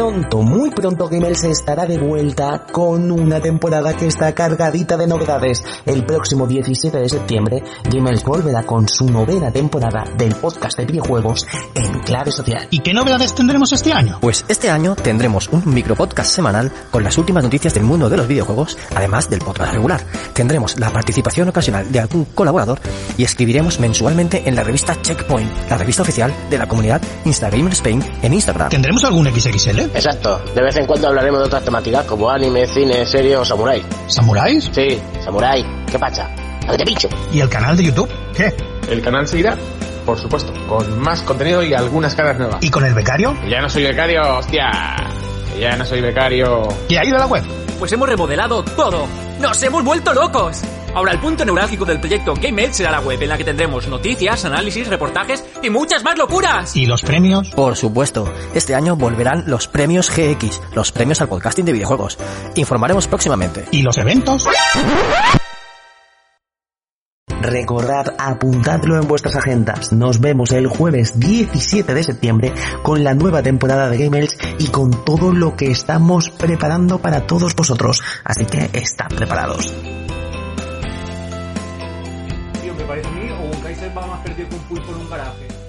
Pronto, muy pronto Gimel se estará de vuelta con una temporada que está cargadita de novedades. El próximo 17 de septiembre, Gimel volverá con su novena temporada del podcast de videojuegos en clave social. ¿Y qué novedades tendremos este año? Pues este año tendremos un micropodcast semanal con las últimas noticias del mundo de los videojuegos, además del podcast regular. Tendremos la participación ocasional de algún colaborador y escribiremos mensualmente en la revista Checkpoint, la revista oficial de la comunidad Instagamer Spain en Instagram. ¿Tendremos algún XXL? Exacto. De vez en cuando hablaremos de otras temáticas como anime, cine, serie o samurái. ¿Samuráis? Sí, samurái. ¿Qué pacha? ¡A que te pincho! ¿Y el canal de YouTube? ¿Qué? El canal seguirá, por supuesto, con más contenido y algunas caras nuevas. ¿Y con el becario? Que Ya no soy becario, hostia. Que Ya no soy becario. ¿Qué ha ido a la web? Pues hemos remodelado todo. ¡Nos hemos vuelto locos! Ahora el punto neurálgico del proyecto GameMed será la web en la que tendremos noticias, análisis, reportajes y muchas más locuras. ¿Y los premios? Por supuesto, este año volverán los premios GX, los premios al podcasting de videojuegos. Informaremos próximamente. ¿Y los eventos? Recordad, apuntadlo en vuestras agendas. Nos vemos el jueves 17 de septiembre con la nueva temporada de Gamels y con todo lo que estamos preparando para todos vosotros. Así que estad preparados. Tío, me parece a mí o un Kaiser va más perdido que un pulpo en un garaje.